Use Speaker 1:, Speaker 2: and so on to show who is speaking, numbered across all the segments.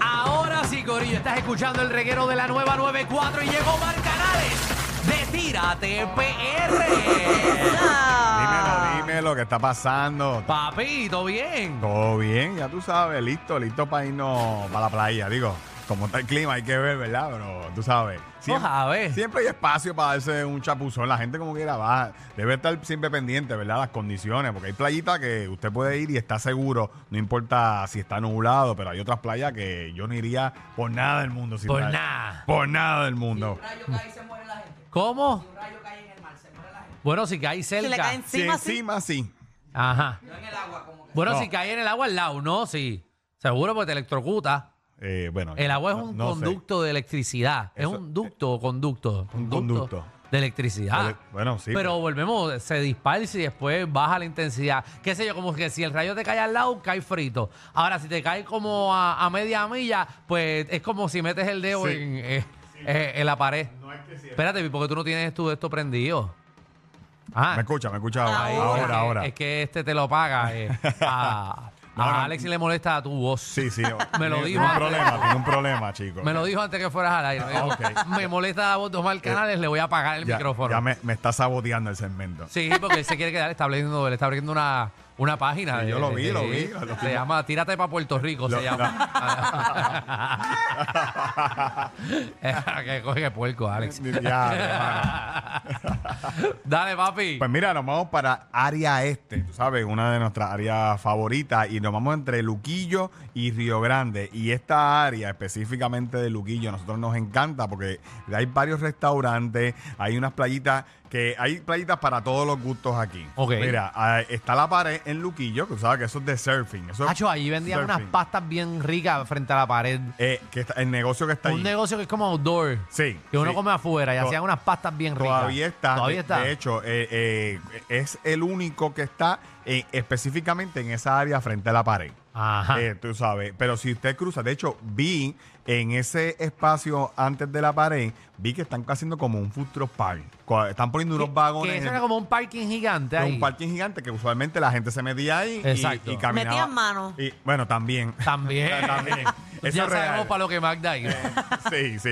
Speaker 1: Ahora sí, Corillo, estás escuchando el reguero de la nueva 94 y llegó Mar Canales de Tírate PR. Ah.
Speaker 2: Dímelo, dímelo, ¿qué está pasando?
Speaker 1: Papito, bien.
Speaker 2: Todo bien, ya tú sabes, listo, listo para irnos para la playa. Digo, como está el clima, hay que ver, ¿verdad? Pero tú sabes.
Speaker 1: Vamos a ver.
Speaker 2: siempre hay espacio para darse un chapuzón. La gente como quiera baja. Debe estar siempre pendiente, ¿verdad? Las condiciones, porque hay playitas que usted puede ir y está seguro, no importa si está nublado, pero hay otras playas que yo no iría por nada del mundo. si
Speaker 1: Por
Speaker 2: está-
Speaker 1: nada.
Speaker 2: Por nada del mundo.
Speaker 1: ¿Cómo? Bueno, si cae cerca.
Speaker 3: Si le cae
Speaker 2: Si
Speaker 3: encima, sí.
Speaker 2: encima sí.
Speaker 1: Ajá. Bueno, si cae en el agua al lado, no, sí. Seguro porque te electrocuta.
Speaker 2: Eh, bueno,
Speaker 1: El agua es
Speaker 2: no-
Speaker 1: un
Speaker 2: no sé.
Speaker 1: conducto de electricidad.
Speaker 2: Eso-
Speaker 1: es un ducto o conducto.
Speaker 2: Un conducto.
Speaker 1: De electricidad.
Speaker 2: Ele- bueno, sí,
Speaker 1: Pero
Speaker 2: pero-
Speaker 1: volvemos, se disparce y después baja la intensidad. Qué sé yo, como que si el rayo te cae al lado, cae frito. Ahora, si te cae como a, a media milla, pues es como si metes el dedo
Speaker 2: Sí.
Speaker 1: en, eh, eh, en la pared. Espérate, porque tú no tienes tu esto prendido. Ah,
Speaker 2: Me escucha, me escucha ahora,
Speaker 1: es que-
Speaker 2: ahora. ahora.
Speaker 1: Es que este te lo paga. eh, a,
Speaker 2: No,
Speaker 1: a
Speaker 2: no.
Speaker 1: Alex le molesta a tu voz.
Speaker 2: Sí, sí.
Speaker 1: Me lo
Speaker 2: tiene-
Speaker 1: dijo
Speaker 2: Tiene un
Speaker 1: antes.
Speaker 2: problema, tiene un problema, chicos.
Speaker 1: Me lo dijo antes que fueras al aire. Me, dijo,
Speaker 2: ok. Eh,
Speaker 1: "Me molesta la voz de Omar Canales, le voy a apagar el
Speaker 2: ya,
Speaker 1: micrófono.
Speaker 2: Ya me, me está saboteando el segmento.
Speaker 1: Sí, porque él se quiere quedar, está abriendo, le está abriendo una, una página.
Speaker 2: Sí,
Speaker 1: de-
Speaker 2: yo lo
Speaker 1: de-
Speaker 2: vi,
Speaker 1: de-
Speaker 2: lo vi,
Speaker 1: de-
Speaker 2: lo
Speaker 1: se
Speaker 2: estoy-
Speaker 1: llama Tírate para Puerto Rico,
Speaker 2: Lo-
Speaker 1: se llama. que coge puerco, Alex.
Speaker 2: Ya, hermano.
Speaker 1: Dale, papi.
Speaker 2: Pues mira, nos vamos para área este, tú sabes, una de nuestras áreas favoritas, y nos vamos entre Luquillo y Río Grande. Y esta área específicamente de Luquillo, a nosotros nos encanta porque hay varios restaurantes, hay unas playitas que hay playitas para todos los gustos aquí.
Speaker 1: Ok.
Speaker 2: Mira, ah, está la pared en Luquillo, que tú sabes que eso es de surfing. Eso es
Speaker 1: Hacho, allí vendían unas
Speaker 2: surfing.
Speaker 1: pastas bien ricas frente a la pared.
Speaker 2: Eh, que está- el negocio que está
Speaker 1: Un
Speaker 2: allí.
Speaker 1: negocio que es como outdoor.
Speaker 2: Sí,
Speaker 1: Que uno
Speaker 2: sí.
Speaker 1: come afuera y
Speaker 2: To-
Speaker 1: hacían unas pastas bien ricas.
Speaker 2: Todavía está.
Speaker 1: Todavía
Speaker 2: de-
Speaker 1: está.
Speaker 2: De, hecho, eh, eh, es el único que está eh, específicamente en esa área frente a la pared.
Speaker 1: Ajá.
Speaker 2: Eh, tú sabes. Pero si usted cruza, de hecho, vi en ese espacio antes de la pared, vi que están haciendo como un food truck park. Co- Están poniendo unos
Speaker 1: Que-
Speaker 2: vagones.
Speaker 1: Que eso
Speaker 2: en-
Speaker 1: era como un parking gigante
Speaker 2: en
Speaker 1: ahí.
Speaker 2: un parking gigante que usualmente la gente se metía ahí y-
Speaker 1: Exacto.
Speaker 2: y, caminaba.
Speaker 3: Metían mano.
Speaker 2: Y, bueno, también.
Speaker 1: También. Pues
Speaker 2: También. Eso
Speaker 1: ya
Speaker 2: es
Speaker 1: sabemos
Speaker 2: real. Eh.
Speaker 1: para lo que Magda iba.
Speaker 2: sí, sí.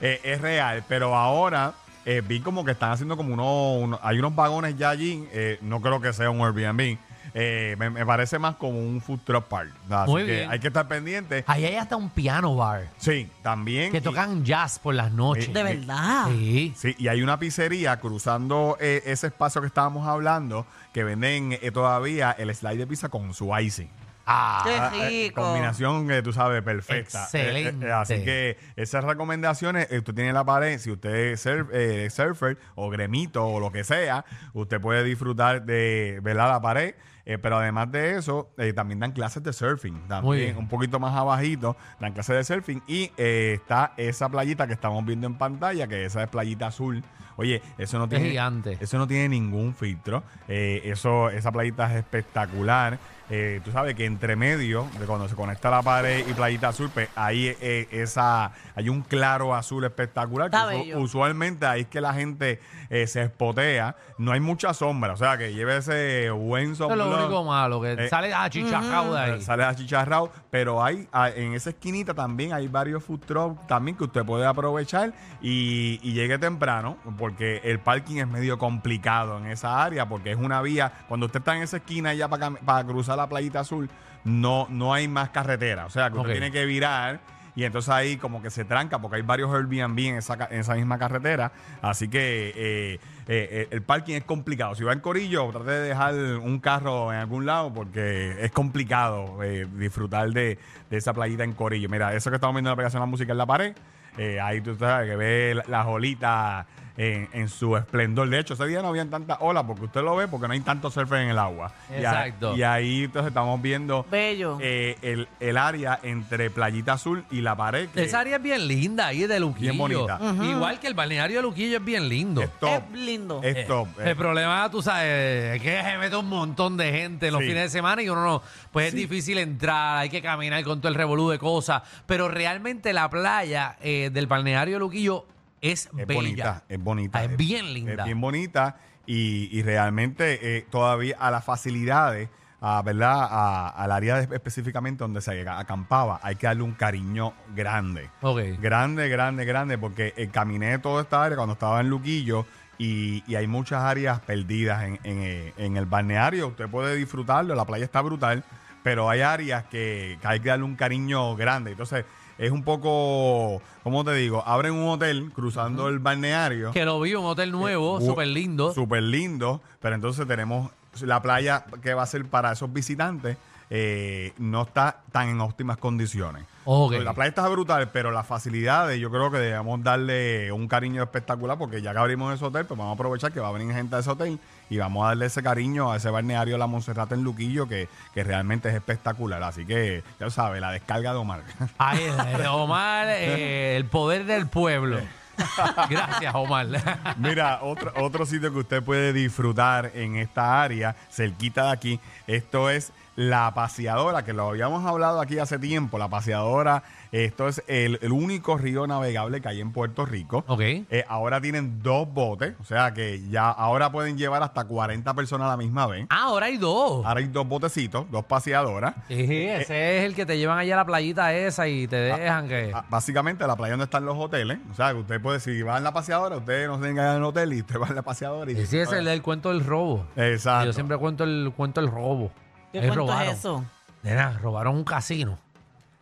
Speaker 2: Eh, es real. Pero ahora eh, vi como que están haciendo como uno, uno- hay unos vagones ya allí. eh, no creo que sea un Airbnb. Eh, me, me parece más como un food truck park. Así
Speaker 1: Muy
Speaker 2: que
Speaker 1: bien.
Speaker 2: hay que estar pendiente.
Speaker 1: Ahí hay hasta un piano bar.
Speaker 2: Sí, también.
Speaker 1: Que
Speaker 2: Y-
Speaker 1: tocan jazz por las noches.
Speaker 3: De verdad.
Speaker 1: Sí.
Speaker 2: Sí, y hay una pizzería cruzando eh, ese espacio que estábamos hablando que venden eh, todavía el slide de pizza con su icing.
Speaker 1: Ah,
Speaker 3: Qué
Speaker 2: Ah, eh,
Speaker 3: rico.
Speaker 2: combinación que tú sabes, perfecta.
Speaker 1: Excelente.
Speaker 2: Eh, eh, así que esas recomendaciones, eh, usted tiene la pared, si usted es surf- eh, surfer o gremito o lo que sea, usted puede disfrutar de ¿verdad? la pared. Eh, pero además de eso, eh, también dan clases de surfing. También,
Speaker 1: Muy bien.
Speaker 2: un poquito más abajito, dan clases de surfing. Y eh, está esa playita que estamos viendo en pantalla, que esa es playita azul. Oye, eso no tiene.
Speaker 1: gigante.
Speaker 2: Eso no tiene ningún filtro. Eh, eso, esa playita es espectacular. Eh, tú sabes que entre medio de cuando se conecta la pared y playita azul, pues ahí eh, esa, hay un claro azul espectacular. que
Speaker 3: Está
Speaker 2: usu-
Speaker 3: bello.
Speaker 2: usualmente ahí es que la gente eh, se espotea. No hay mucha sombra. O sea que lleve ese
Speaker 1: eso
Speaker 2: buen
Speaker 1: es
Speaker 2: sombrero.
Speaker 1: lo único malo, que
Speaker 2: Eh,
Speaker 1: sale achicharrado de ahí.
Speaker 2: Sale achicharrado, pero hay ah, en esa esquinita también hay varios food trucks también que usted puede aprovechar y, y llegue temprano, porque el parking es medio complicado en esa área, porque es una vía. Cuando usted está en esa esquina ya para, cam- para cruzar la playita azul, no, no hay más carretera. O sea, que
Speaker 1: Ok.
Speaker 2: usted tiene que virar y entonces ahí como que se tranca porque hay varios Airbnb en esa, ca- en esa misma carretera. Así que eh, eh, el parking es complicado. Si va en Corillo, trate de dejar un carro en algún lado porque es complicado eh, disfrutar de, de esa playita en Corillo. Mira, eso que estamos viendo en la aplicación de la música en la pared. eh, ahí tú sabes que ve la- las olitas en, en su esplendor. De hecho, ese día no habían tantas olas porque usted lo ve porque no hay tanto surf en el agua. Y a-
Speaker 1: Exacto.
Speaker 2: Y, ahí entonces estamos viendo
Speaker 3: Bello.
Speaker 2: eh, el, el área entre Playita Azul y la pared. que
Speaker 1: Esa área es bien linda ahí de Luquillo.
Speaker 2: Bien bonita.
Speaker 1: Igual que el balneario de Luquillo es bien lindo.
Speaker 2: Es top.
Speaker 3: Es lindo.
Speaker 1: Eh,
Speaker 2: Es top.
Speaker 1: El problema, tú sabes, es que se mete un montón de gente los
Speaker 2: Sí.
Speaker 1: fines de semana y uno no, pues es difícil entrar, hay que caminar con todo el revolú de cosas, pero realmente la playa eh, del balneario de Luquillo es,
Speaker 2: Es
Speaker 1: bella.
Speaker 2: bonita, es bonita.
Speaker 1: Ah, es bien linda.
Speaker 2: Es bien bonita y, y realmente eh, todavía a las facilidades, a, ¿verdad? A- al área de- específicamente donde se acampaba, hay que darle un cariño grande.
Speaker 1: Ok.
Speaker 2: Grande, grande, grande, porque eh, caminé toda esta área cuando estaba en Luquillo y, y hay muchas áreas perdidas en, en, eh, en el balneario. Usted puede disfrutarlo, la playa está brutal, pero hay áreas que, que hay que darle un cariño grande. Entonces, es un poco, ¿cómo te digo? Abren un hotel cruzando el balneario.
Speaker 1: Que lo vi, un hotel nuevo,
Speaker 2: Uh,
Speaker 1: súper lindo.
Speaker 2: Súper lindo, pero entonces tenemos la playa que va a ser para esos visitantes. eh, no está tan en óptimas condiciones.
Speaker 1: Ok.
Speaker 2: La playa está brutal, pero las facilidades yo creo que debemos darle un cariño espectacular porque ya que abrimos ese hotel, pues vamos a aprovechar que va a venir gente a ese hotel y vamos a darle ese cariño a ese balneario La Monserrate en Luquillo que, que realmente es espectacular. Así que, ya lo sabe, la descarga de Omar.
Speaker 1: Ahí, eh, Omar, eh, el poder del pueblo. Gracias, Omar.
Speaker 2: Mira, otro, otro sitio que usted puede disfrutar en esta área, cerquita de aquí, esto es La Paseadora, que lo habíamos hablado aquí hace tiempo. La Paseadora, esto es el, el único río navegable que hay en Puerto Rico.
Speaker 1: Ok.
Speaker 2: Eh, ahora tienen dos botes, o sea que ya ahora pueden llevar hasta 40 personas a la misma vez.
Speaker 1: Ah, ahora hay dos.
Speaker 2: Ahora hay dos botecitos, dos paseadoras.
Speaker 1: Sí, ese es el que te llevan allá a la playita esa y te dejan que...
Speaker 2: eh, Ah, Básicamente la playa donde están los hoteles, o sea que usted puede, si va en la paseadora, usted no se engaña en el hotel y usted va en la paseadora y...
Speaker 1: Sí, sí, es el, del cuento del robo.
Speaker 2: ah. Exacto.
Speaker 1: Yo siempre cuento el cuento del robo.
Speaker 3: ¿Qué
Speaker 1: Ahí
Speaker 3: cuento
Speaker 1: robaron.
Speaker 3: es eso?
Speaker 1: Nena, robaron un casino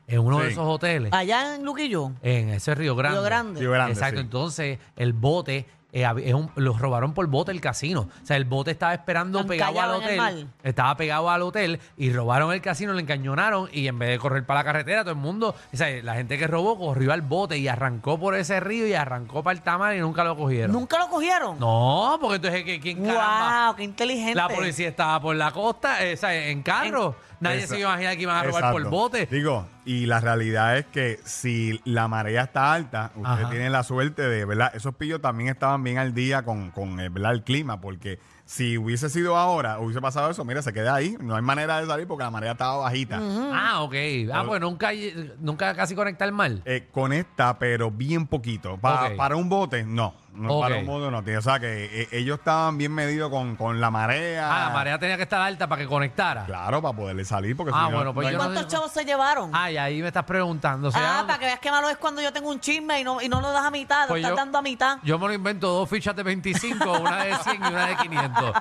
Speaker 1: en uno de
Speaker 2: Sí.
Speaker 1: esos hoteles
Speaker 3: Allá en Luquillo.
Speaker 1: en ese Río Grande.
Speaker 3: Río Grande.
Speaker 2: Río Grande,
Speaker 1: Exacto,
Speaker 2: sí.
Speaker 1: entonces el bote eh, hab- es un- los robaron por bote el casino. O sea, el bote estaba esperando
Speaker 3: Han
Speaker 1: pegado al
Speaker 3: callado en el
Speaker 1: hotel.
Speaker 3: mar.
Speaker 1: Estaba pegado al hotel y robaron el casino, le encañonaron y en vez de correr para la carretera, todo el mundo, o sea, la gente que robó corrió al bote y arrancó por ese río y arrancó para el tamar y nunca lo cogieron.
Speaker 3: ¿Nunca lo cogieron?
Speaker 1: No, porque entonces ¿qué- quién caramba.
Speaker 3: ¡Wow! ¡Qué inteligente!
Speaker 1: La policía estaba por la costa, eh, o sea, en carro. Nadie
Speaker 2: Esa-
Speaker 1: se iba a imaginar que iban a robar por
Speaker 2: Exacto.
Speaker 1: bote.
Speaker 2: Digo, y la realidad es que si la marea está alta, usted
Speaker 1: Ajá.
Speaker 2: tiene la suerte de, ¿verdad? Esos pillos también estaban bien al día con, con eh, ¿verdad? el clima, porque si hubiese sido ahora, hubiese pasado eso, mira, se queda ahí, no hay manera de salir porque la marea estaba bajita.
Speaker 3: Mm.
Speaker 1: Ah, ok. Ah, pues nunca, nunca casi conectar mal.
Speaker 2: Eh, con esta, pero bien poquito. Pa-
Speaker 1: Ok.
Speaker 2: Para un bote, no. No,
Speaker 1: Ok.
Speaker 2: Para un bote no tiene. O sea que eh, ellos estaban bien medidos con, con la marea.
Speaker 1: Ah, la marea tenía que estar alta para que conectara.
Speaker 2: Claro, para poderle salir, porque
Speaker 1: Ah,
Speaker 2: si no-
Speaker 1: bueno, pues
Speaker 2: no hay-
Speaker 3: ¿Y
Speaker 1: yo no- Ah,
Speaker 3: cuántos chavos se llevaron?
Speaker 1: Ay, ahí me estás preguntando. o sea,
Speaker 3: ah, para que veas qué malo es cuando yo tengo un chisme y no, y no lo das a mitad, lo
Speaker 1: Pues
Speaker 3: estás
Speaker 1: yo-
Speaker 3: dando a mitad.
Speaker 1: Yo me lo invento dos fichas de 25, una de 100 y una de 500.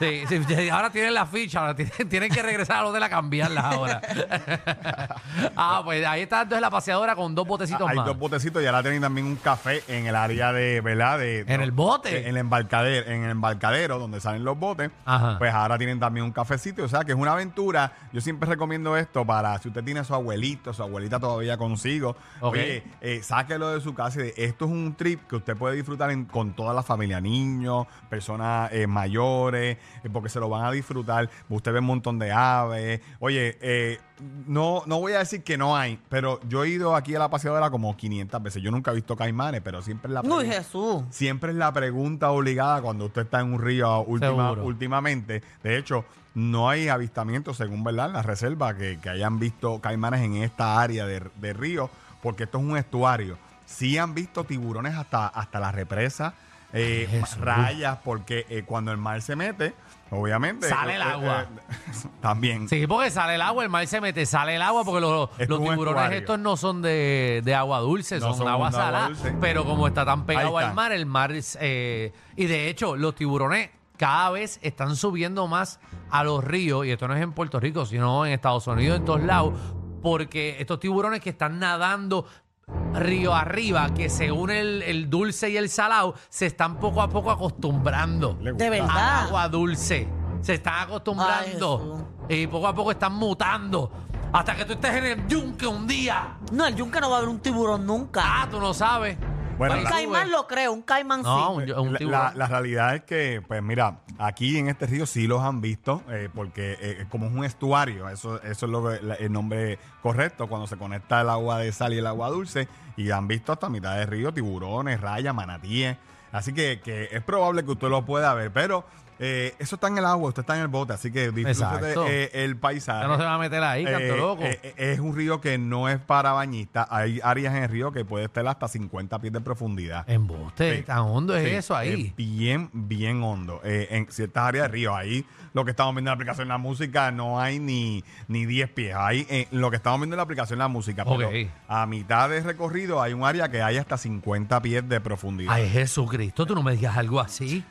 Speaker 1: Sí, sí, sí, ahora tienen la ficha, ahora tienen, tienen que regresar al hotel a cambiarlas ahora. ah, pues ahí está entonces la paseadora con dos botecitos
Speaker 2: Hay
Speaker 1: más.
Speaker 2: dos botecitos y ahora tienen también un café en el área de, ¿verdad? De,
Speaker 1: ¿En el bote?
Speaker 2: En el embarcadero, en el embarcadero donde salen los botes.
Speaker 1: Ajá.
Speaker 2: Pues ahora tienen también un cafecito. O sea que es una aventura. Yo siempre recomiendo esto para si usted tiene a su abuelito, su abuelita todavía consigo.
Speaker 1: Ok.
Speaker 2: Oye, eh, sáquelo de su casa. y de- Esto es un trip que usted puede disfrutar en- con toda la familia, niños, personas eh, mayores, eh, porque se lo van a disfrutar. Usted ve un montón de aves. Oye, eh, no, no voy a decir que no hay, pero yo he ido aquí a la paseadora como 500 veces. Yo nunca he visto caimanes, pero siempre la
Speaker 3: ¡Uy, Jesús!
Speaker 2: Siempre es la pregunta obligada cuando usted está en un río última-
Speaker 1: Seguro.
Speaker 2: últimamente. De hecho, no hay avistamientos, según verdad, en la reserva que, que hayan visto caimanes en esta área de, de río, porque esto es un estuario. Sí han visto tiburones hasta, hasta la represa, eh, rayas, porque eh, cuando el mar se mete, obviamente...
Speaker 1: Sale el
Speaker 2: eh, eh,
Speaker 1: agua.
Speaker 2: eh, también.
Speaker 1: Sí, porque sale el agua, el mar se mete, sale el agua, porque los,
Speaker 2: Es
Speaker 1: los
Speaker 2: un
Speaker 1: tiburones
Speaker 2: estuario.
Speaker 1: estos no son de, de agua dulce,
Speaker 2: No
Speaker 1: son,
Speaker 2: son
Speaker 1: de agua
Speaker 2: de agua
Speaker 1: salada.
Speaker 2: dulce.
Speaker 1: Pero como está tan pegado
Speaker 2: Ahí está.
Speaker 1: al mar, el mar es, eh, y de hecho, los tiburones cada vez están subiendo más a los ríos, y esto no es en Puerto Rico, sino en Estados Unidos, en todos lados, porque estos tiburones que están nadando río arriba, que según el, el dulce y el salado, se están poco a poco acostumbrando
Speaker 2: Le gusta.
Speaker 3: De
Speaker 1: al
Speaker 3: verdad.
Speaker 1: agua dulce. Se están acostumbrando y poco a poco están mutando. Hasta que tú estés en el yunque un día.
Speaker 3: No, el yunque no va a haber un tiburón nunca.
Speaker 1: Ah, tú no sabes.
Speaker 2: Bueno,
Speaker 1: Ahí
Speaker 3: un
Speaker 2: la-
Speaker 1: sube.
Speaker 3: caimán lo creo, un caimán
Speaker 1: eh. No,
Speaker 3: sí.
Speaker 1: un, un
Speaker 2: La-
Speaker 1: tiburón.
Speaker 2: la, la realidad es que, pues mira, aquí en este río sí los han visto, eh, porque eh, como es un estuario, eso, eso es lo que- la- el nombre correcto, cuando se conecta el agua de sal y el agua dulce, y han visto hasta mitad de río tiburones, rayas, manatíes. Así que, que es probable que usted lo pueda ver, pero eh, eso está en el agua, usted está en el bote, así que disfrute
Speaker 1: Exacto.
Speaker 2: eh, el paisaje.
Speaker 1: Ya no se va a meter ahí, canto
Speaker 2: Eh,
Speaker 1: loco.
Speaker 2: eh, eh, es un río que no es para bañistas. Hay áreas en el río que puede estar hasta 50 pies de profundidad.
Speaker 1: Embuste,
Speaker 2: Sí.
Speaker 1: tan hondo es
Speaker 2: Sí,
Speaker 1: eso ahí.
Speaker 2: es bien, bien hondo. Eh, en ciertas áreas de río, ahí lo que estamos viendo en la aplicación de la música no hay ni, ni 10 pies. Ahí eh, lo que estamos viendo en la aplicación de la música. pero
Speaker 1: Ok.
Speaker 2: a mitad de recorrido hay un área que hay hasta 50 pies de profundidad.
Speaker 1: Ay, Jesucristo, tú no me digas algo así.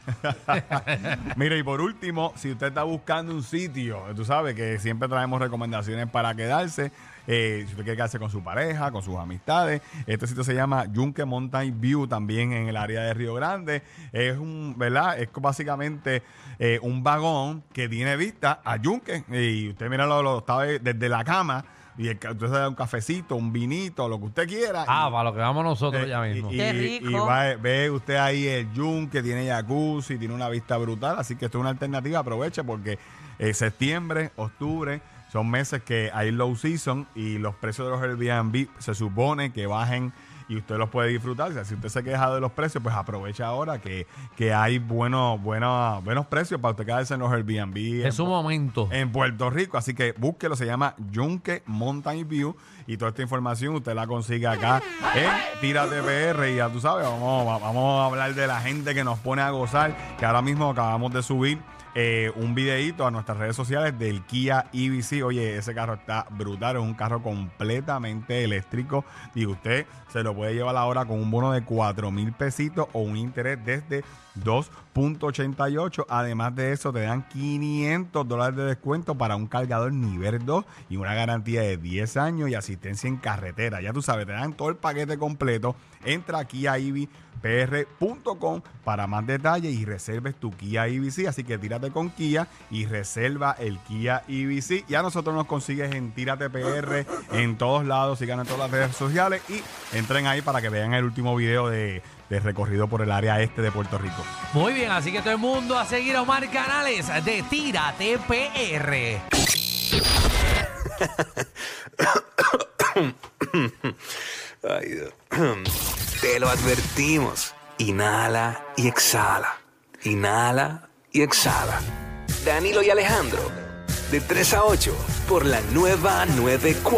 Speaker 2: Mira, y por último, si usted está buscando un sitio, tú sabes que siempre traemos recomendaciones para quedarse. eh, si usted quiere quedarse con su pareja, con sus amistades, este sitio se llama Yunque Mountain View, también en el área de Río Grande. Es un, ¿verdad? Es co- básicamente eh, un vagón que tiene vista a Yunque. Y usted mira lo, lo está ve- desde la cama y el ca- usted se da un cafecito, un vinito, lo que usted quiera.
Speaker 1: Ah,
Speaker 2: Y-
Speaker 1: para lo que vamos nosotros
Speaker 2: eh,
Speaker 1: ya mismo.
Speaker 2: Y,
Speaker 3: Qué
Speaker 2: y-
Speaker 3: rico.
Speaker 2: y va- ve usted ahí el yunque, tiene jacuzzi, tiene una vista brutal, así que esto es una alternativa, aproveche porque eh, septiembre, octubre son meses que hay low season y los precios de los Airbnb se supone que bajen y usted los puede disfrutar. O sea, si usted se queja de los precios, pues aprovecha ahora que, que hay buenos, buenos, buenos precios para usted quedarse en los Airbnb.
Speaker 1: es
Speaker 2: en-
Speaker 1: un momento.
Speaker 2: en Puerto Rico, así que búsquelo, se llama Yunque Mountain View y toda esta información usted la consigue acá en Tírate PR y ya tú sabes, vamos, va- vamos a hablar de la gente que nos pone a gozar, que ahora mismo acabamos de subir eh, un videíto a nuestras redes sociales del Kia EVC, oye, ese carro está brutal, es un carro completamente eléctrico y usted se lo puede llevar ahora con un bono de 4 mil pesitos o un interés desde 2.88. Además de eso, te dan 500 dólares de descuento para un cargador nivel 2 y una garantía de 10 años y asistencia en carretera. Ya tú sabes, te dan todo el paquete completo. Entra aquí a ibipr.com para más detalles y reserves tu Kia IBC. Así que tírate con Kia y reserva el Kia IBC. Y a nosotros nos consigues en Tírate PR en todos lados. Sigan en todas las redes sociales y entren ahí para que vean el último video de, de recorrido por el área este de Puerto Rico.
Speaker 1: Muy bien, así que todo el mundo a seguir a Omar Canales de Tírate PR.
Speaker 4: Ay, Dios. Te lo advertimos. Inhala y exhala. Inhala y exhala. Danilo y Alejandro, de 3 a 8, por la nueva 94.